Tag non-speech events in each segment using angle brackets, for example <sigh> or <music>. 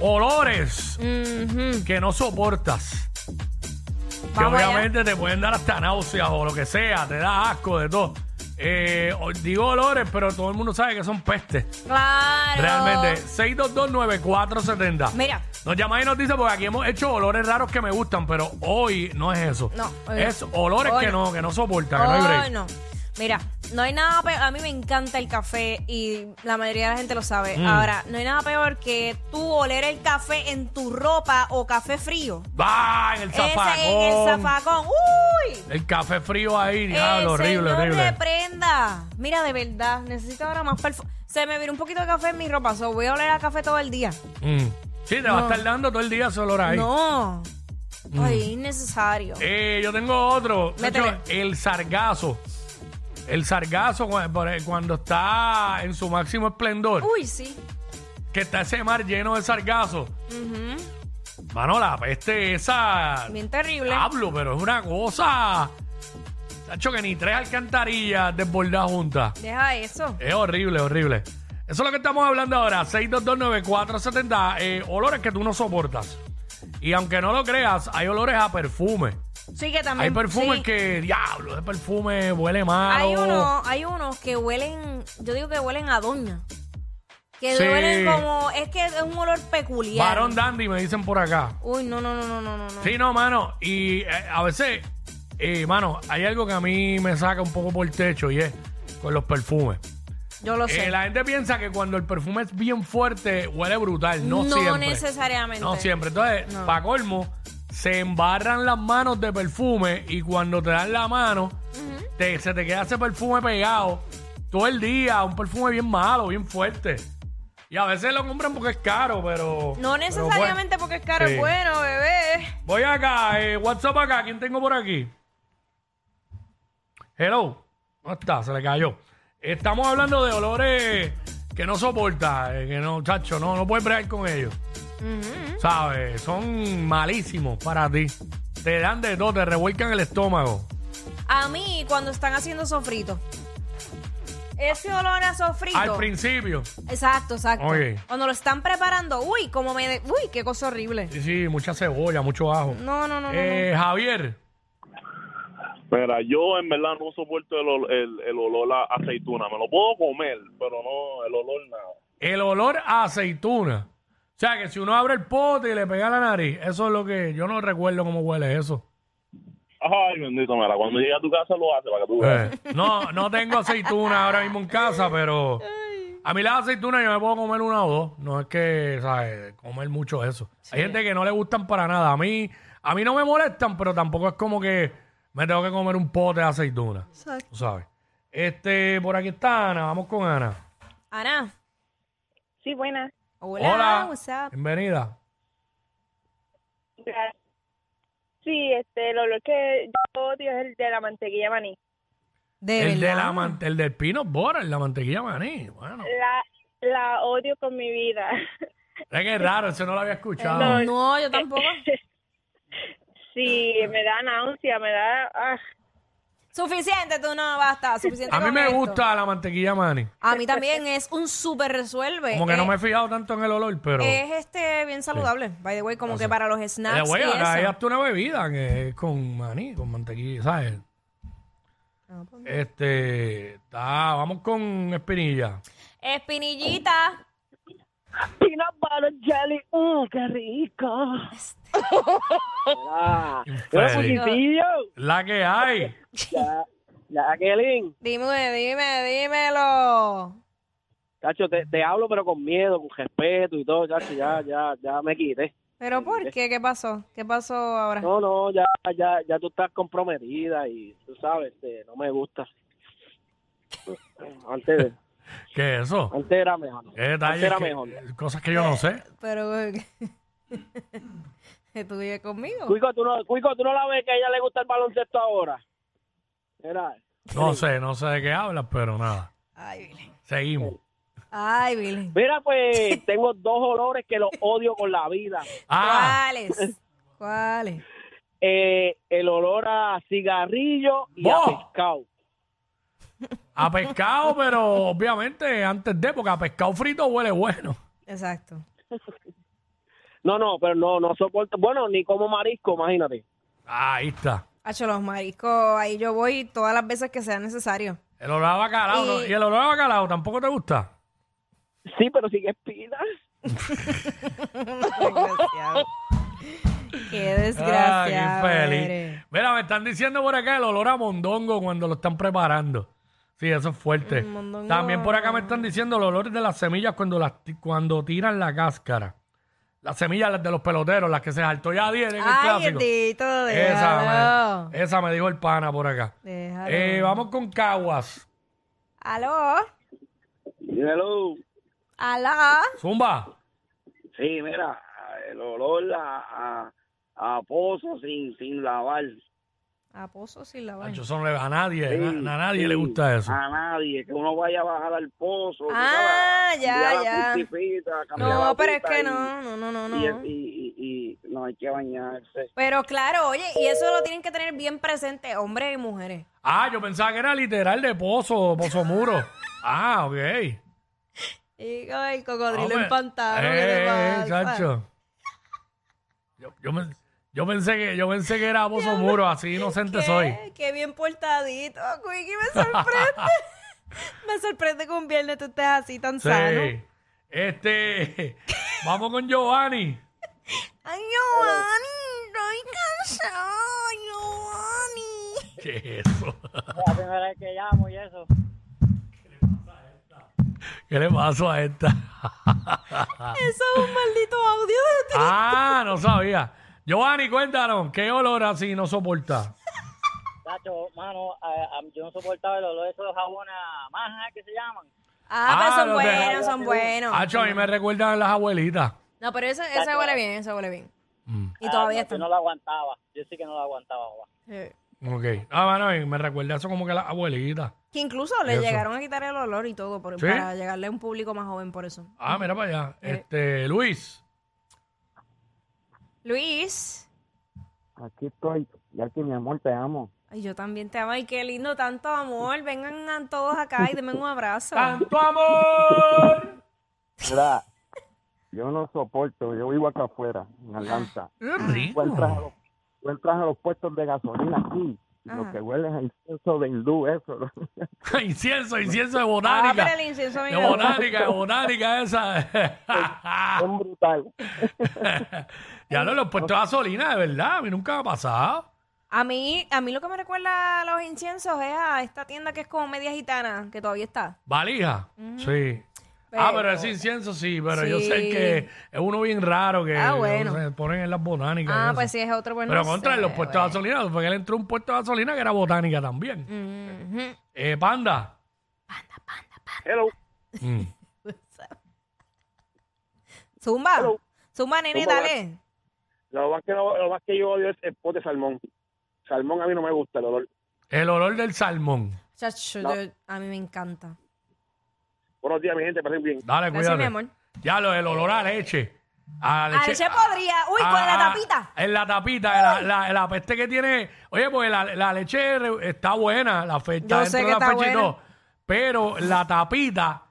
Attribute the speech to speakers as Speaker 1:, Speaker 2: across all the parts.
Speaker 1: olores que no soportas. Que
Speaker 2: Vamos allá.
Speaker 1: obviamente te pueden dar hasta náuseas o lo que sea, te da asco de todo. Eh, o- digo olores, pero todo el mundo sabe que son pestes.
Speaker 2: Claro.
Speaker 1: Realmente, 6229470.
Speaker 2: Mira.
Speaker 1: Nos llama y nos dice, porque aquí hemos hecho olores raros que me gustan, pero hoy no es eso.
Speaker 2: No, hoy
Speaker 1: es
Speaker 2: no.
Speaker 1: olores
Speaker 2: Hoy
Speaker 1: que
Speaker 2: no.
Speaker 1: no, que no soportan, que no hay break.
Speaker 2: Oh, no. Mira, no hay nada peor. A mí me encanta el café y la mayoría de la gente lo sabe.
Speaker 1: Mm.
Speaker 2: Ahora, no hay nada peor que tú oler el café en tu ropa o café frío.
Speaker 1: ¡Bah! En el zafacón.
Speaker 2: Ese en el zafacón. ¡Uy!
Speaker 1: El café frío ahí, diablo,
Speaker 2: el
Speaker 1: horrible,
Speaker 2: señor
Speaker 1: horrible.
Speaker 2: de prenda. Mira, de verdad, necesito ahora más perfume. Se me vino un poquito de café en mi ropa, so voy a oler a café todo el día.
Speaker 1: Mm. Sí, te va a estar dando todo el día ese olor ahí.
Speaker 2: No.
Speaker 1: Mm.
Speaker 2: Ay, innecesario.
Speaker 1: Eh, yo tengo otro. De hecho,
Speaker 2: Métele.
Speaker 1: el sargazo. El sargazo cu- por- eh, cuando está en su máximo esplendor,
Speaker 2: Uy, sí.
Speaker 1: que está ese mar lleno de sargazo. Mano, la peste esa.
Speaker 2: Bien terrible.
Speaker 1: Hablo, pero es una cosa. Tacho, que ni tres alcantarillas desbordadas juntas.
Speaker 2: Deja eso.
Speaker 1: Es horrible, horrible. Eso es lo que estamos hablando ahora. 6229470. Eh, olores que tú no soportas. Y aunque no lo creas, hay olores a perfume.
Speaker 2: Sí, que también.
Speaker 1: Hay perfumes
Speaker 2: sí.
Speaker 1: que, diablo, ese perfume huele mal.
Speaker 2: Hay, uno, hay unos que huelen, yo digo que huelen a doña. Que
Speaker 1: Sí.
Speaker 2: huelen como, es que es un olor peculiar.
Speaker 1: Varón Dandy, me dicen por acá.
Speaker 2: Uy, no, no, no, no, no, no. no.
Speaker 1: Sí, no, mano. Y eh, a veces, eh, mano, hay algo que a mí me saca un poco por el techo y es con los perfumes.
Speaker 2: Yo lo
Speaker 1: Eh,
Speaker 2: sé.
Speaker 1: la gente piensa que cuando el perfume es bien fuerte, huele brutal. No,
Speaker 2: No
Speaker 1: siempre.
Speaker 2: necesariamente.
Speaker 1: No siempre. Entonces,
Speaker 2: No.
Speaker 1: para colmo, se embarran las manos de perfume y cuando te dan la mano, te- se te queda ese perfume pegado todo el día. Un perfume bien malo, bien fuerte. Y a veces lo compran porque es caro, pero.
Speaker 2: No
Speaker 1: pero
Speaker 2: necesariamente porque es caro,
Speaker 1: Sí.
Speaker 2: es bueno, bebé.
Speaker 1: bueno. Voy acá, eh, WhatsApp acá. ¿Quién tengo por aquí? Hello. No está, se le cayó. Estamos hablando de olores que no soporta, eh, que no, chacho, no, no puedes bregar con ellos. ¿Sabes? Son malísimos para ti. Te dan de todo, te revuelcan el estómago.
Speaker 2: A mí, cuando están haciendo sofrito. Ese olor a sofrito.
Speaker 1: Al principio.
Speaker 2: Exacto, exacto.
Speaker 1: Ok.
Speaker 2: Cuando lo están preparando, uy, como me... de- uy, qué cosa horrible.
Speaker 1: Sí, sí, mucha cebolla, mucho ajo.
Speaker 2: No, no, no, no,
Speaker 1: Eh, Javier,
Speaker 3: Mira, yo en verdad no soporto el, ol- el, el olor a aceituna. Me lo puedo comer, pero no, el olor nada.
Speaker 1: el olor a aceituna. O sea, que si uno abre el pote y le pega la nariz, eso es lo que yo no recuerdo cómo huele eso.
Speaker 3: Ay, bendito, mira, cuando llegue a tu casa lo hace para que tú veas.
Speaker 1: Eh, no, no tengo aceituna ahora mismo en casa, pero a mí las aceitunas yo me puedo comer una o dos. No es que, ¿sabes? Comer mucho eso. Hay gente que no le gustan para nada. A mí, a mí no me molestan, pero tampoco es como que me tengo que comer un pote de aceituna.
Speaker 2: Exacto.
Speaker 1: Tú sabes. Este, por aquí está Ana. Vamos con Ana.
Speaker 2: Ana.
Speaker 4: Sí, buenas.
Speaker 2: Hola.
Speaker 1: Hola.
Speaker 2: what's up?
Speaker 1: Bienvenida.
Speaker 4: Gracias. Sí, este, el olor que yo odio es el de la mantequilla de maní.
Speaker 2: De
Speaker 1: El, de
Speaker 2: verdad.
Speaker 1: la man- el del pino bora, la mantequilla maní. Bueno,
Speaker 4: La, la odio con mi vida. <laughs>
Speaker 1: es que es raro, eso no lo había escuchado.
Speaker 2: No, yo tampoco.
Speaker 4: Sí, me da náusea, me da... ah.
Speaker 2: Suficiente, tú no basta. Suficiente.
Speaker 1: A mí
Speaker 2: con
Speaker 1: me
Speaker 2: esto.
Speaker 1: gusta la mantequilla maní.
Speaker 2: A mí también es un súper resuelve.
Speaker 1: Como que no
Speaker 2: Eh,
Speaker 1: me he fijado tanto en el olor, pero...
Speaker 2: Es este bien saludable, by the way, como que para los snacks.
Speaker 1: Eh, güey,
Speaker 2: y
Speaker 1: ahora hay
Speaker 2: ah, eso.
Speaker 1: hasta una bebida que es con maní, con mantequilla, ¿sabes?
Speaker 2: Ah, pues
Speaker 1: Este, está, vamos con espinilla.
Speaker 2: Espinillita.
Speaker 5: peanut butter jelly. ¡Uh, qué rico! Ah,
Speaker 1: Infeliz. La que hay.
Speaker 5: la Kelly,
Speaker 2: Dime, dime, dímelo.
Speaker 5: Chacho, te, te hablo pero con miedo, con respeto y todo, chacho, ya, ya, ya me quité.
Speaker 2: ¿Pero por qué? ¿Qué pasó? ¿Qué pasó ahora?
Speaker 5: No, no, ya, ya, ya tú estás comprometida y tú sabes, este, no me gusta. <laughs> Antes de...
Speaker 1: ¿Qué es eso?
Speaker 5: Antes era mejor.
Speaker 1: ¿Qué detalles
Speaker 5: Antes era
Speaker 1: que-
Speaker 5: mejor.
Speaker 1: Cosas que yo no sé.
Speaker 2: Pero <laughs> tú vives conmigo.
Speaker 5: Cuico, tú no, Cuico, tú no la ves que a ella le gusta el baloncesto ahora. Era.
Speaker 1: No sé, no sé de qué hablas, pero nada.
Speaker 2: Ay, Vilén.
Speaker 1: Seguimos.
Speaker 2: Ay, Vilén.
Speaker 5: Mira, pues tengo dos olores que los odio con la vida.
Speaker 1: Ah,
Speaker 2: ¿Cuáles? ¿Cuáles?
Speaker 5: Eh, el olor a cigarrillo y
Speaker 1: ¡Boh!
Speaker 5: a pescado.
Speaker 2: Ah.
Speaker 1: a pescado, pero obviamente antes de, porque a pescado frito huele bueno.
Speaker 2: Exacto.
Speaker 5: No, no, pero no, no soporto. Bueno, ni como marisco, imagínate.
Speaker 1: Ah, Ahí está.
Speaker 2: Hacho, los mariscos, ahí yo voy todas las veces que sea
Speaker 1: <laughs>
Speaker 2: necesario.
Speaker 1: El olor a bacalao. ¿no? Y...
Speaker 2: Y-
Speaker 1: el olor a bacalao tampoco te gusta?
Speaker 5: Sí, pero sigue espina.
Speaker 2: Desgraciado. Qué desgraciado.
Speaker 1: Ah, qué feliz.
Speaker 2: eres.
Speaker 1: Mira, me están diciendo por acá el olor a mondongo cuando lo están preparando. Sí, eso es fuerte.
Speaker 2: Mm, mondongo.
Speaker 1: También por acá me están diciendo el olor de las semillas cuando las ti- cuando tiran la cáscara. Las semillas las de los peloteros, las que se saltó ya 10 en el
Speaker 2: Ay,
Speaker 1: clásico.
Speaker 2: Edito,
Speaker 1: Esa
Speaker 2: déjalo.
Speaker 1: me, esa me dijo el pana por acá.
Speaker 2: Déjalo.
Speaker 1: Eh, vamos con Caguas.
Speaker 2: Aló,
Speaker 5: Hello.
Speaker 2: aló.
Speaker 1: Zumba.
Speaker 5: Sí, mira, el olor a, a, pozo sin, sin lavar.
Speaker 2: A pozo sin lavar.
Speaker 1: Ancho, eso no le- a nadie, na- a nadie le gusta eso.
Speaker 5: Ah. nadie, que uno vaya a bajar al pozo.
Speaker 2: tú Ah, sabes, ya, cambiar la ya. No, pero es que no, no, no, no, no.
Speaker 5: no hay que bañarse.
Speaker 2: Pero claro, oye, y eso lo tienen que tener bien presente hombres y mujeres.
Speaker 1: Ah, yo pensaba que era literal de pozo, pozo muro. Ah, ok.
Speaker 2: Y ay, el cocodrilo
Speaker 1: Hombre,
Speaker 2: empantado, ¿qué
Speaker 1: eh,
Speaker 2: te
Speaker 1: eh,
Speaker 2: pasa?
Speaker 1: chacho. Yo, yo me- yo pensé que yo pensé que era Bozo Muro, así inocente
Speaker 2: ¿Qué?
Speaker 1: soy.
Speaker 2: Qué bien portadito, Quickie,
Speaker 1: <laughs>
Speaker 2: me sorprende. me sorprende que un viernes tú estés así tan sano.
Speaker 1: Sí. Este, <laughs> vamos con Giovanni.
Speaker 2: Ay, Giovanni, estoy cansado, Giovanni.
Speaker 1: ¿Qué es eso?
Speaker 5: La primera vez que llamo y eso.
Speaker 1: ¿Qué le pasó a esta? <laughs>
Speaker 2: Eso es un maldito audio de ti.
Speaker 1: ah, no sabía. Giovanni, cuéntanos, ¿qué olor así no soporta?
Speaker 5: Tacho, mano, a- a- yo no soportaba el olor de esos jabones a maja que se llaman.
Speaker 2: Ah, pero
Speaker 1: Ah,
Speaker 2: son
Speaker 1: los de-
Speaker 2: buenos, son buenos.
Speaker 1: Acho, a mí me recuerdan las abuelitas.
Speaker 2: No, pero ese, ese huele bien, ese huele bien.
Speaker 1: Mm,
Speaker 2: Y todavía
Speaker 5: Ah,
Speaker 2: está.
Speaker 5: Yo no lo aguantaba. Yo sí que no lo aguantaba. guau.
Speaker 2: Eh,
Speaker 1: ok. Ah, bueno, y me recuerda eso como que las abuelitas.
Speaker 2: Que incluso le
Speaker 1: Eso.
Speaker 2: llegaron a quitar el olor y todo por-
Speaker 1: ¿Sí?
Speaker 2: para llegarle a un público más joven por eso.
Speaker 1: Ah, mira para allá.
Speaker 2: Eh.
Speaker 1: Este, Luis.
Speaker 2: Luis.
Speaker 5: Aquí estoy. Ya que mi amor, te amo.
Speaker 2: Ay, yo también te amo. Ay, qué lindo, tanto amor. Vengan a todos acá y denme un abrazo.
Speaker 1: ¡Tanto amor!
Speaker 6: Mira, yo no soporto, yo vivo acá afuera, en Atlanta.
Speaker 1: ¡Qué
Speaker 2: Ah,
Speaker 1: rico!
Speaker 6: Tú entras a los, tú entras a los puestos de gasolina aquí, y
Speaker 2: Ajá.
Speaker 6: lo que huele es a incenso de hindú, eso.
Speaker 1: <laughs>
Speaker 6: <laughs>
Speaker 1: incienso, incienso de
Speaker 2: Ah,
Speaker 1: botánica.
Speaker 2: pero el incienso
Speaker 1: de
Speaker 2: me
Speaker 1: botánica, de botánica esa. <laughs>
Speaker 6: es brutal.
Speaker 1: ya lo, los puestos de gasolina, de verdad, a mí nunca me ha pasado.
Speaker 2: A mí, a mí lo que me recuerda a los inciensos es a esta tienda que es como media gitana, que todavía está.
Speaker 1: Valija, sí. ah, pero ese incienso sí, pero yo sé
Speaker 2: Sí.
Speaker 1: que es uno bien raro que
Speaker 2: Ah, bueno.
Speaker 1: se ponen en las botánicas. y
Speaker 2: Ah,
Speaker 1: eso.
Speaker 2: pues sí, es otro buen
Speaker 1: pero contra los puestos de gasolina, porque él entró a un puesto de gasolina que era botánica también.
Speaker 2: Mm.
Speaker 1: Eh, panda.
Speaker 3: Hello.
Speaker 1: Mm.
Speaker 2: Zumba. Zumba, nene,
Speaker 3: Zumba,
Speaker 2: dale.
Speaker 3: Lo más que, no- lo más que yo odio es el pot de salmón. Salmón a mí no me gusta el olor.
Speaker 1: El olor del salmón.
Speaker 2: Chacho, yo- a mí me encanta.
Speaker 3: Buenos días, mi gente, pasen bien.
Speaker 1: Dale,
Speaker 2: Gracias,
Speaker 1: cuidado.
Speaker 2: mi amor.
Speaker 1: Ya lo del olor a leche. A
Speaker 2: La leche podría. Uy, con
Speaker 1: a-
Speaker 2: la
Speaker 1: a-
Speaker 2: tapita.
Speaker 1: Ah, En la tapita, la, la, la peste que tiene. Oye, porque la, la leche re- está buena, la
Speaker 2: Yo
Speaker 1: fecha dentro
Speaker 2: sé que
Speaker 1: de la
Speaker 2: está
Speaker 1: fecha y
Speaker 2: buena.
Speaker 1: todo. Pero la tapita,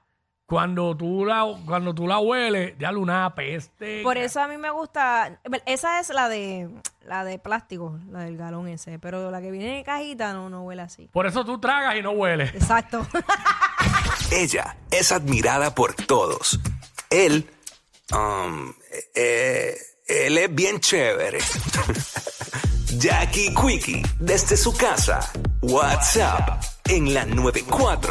Speaker 1: cuando tú la, cuando tú la hueles, dale una peste.
Speaker 2: Por eso a mí me gusta. Esa es la de la de plástico, la del galón ese. Pero la que viene en cajita no, no huele así.
Speaker 1: Por eso tú tragas y no hueles.
Speaker 2: Exacto.
Speaker 7: Ella es admirada por todos. Él, um, eh, él es bien chévere. <laughs> Jackie Quickie, desde su casa. WhatsApp, en la 94.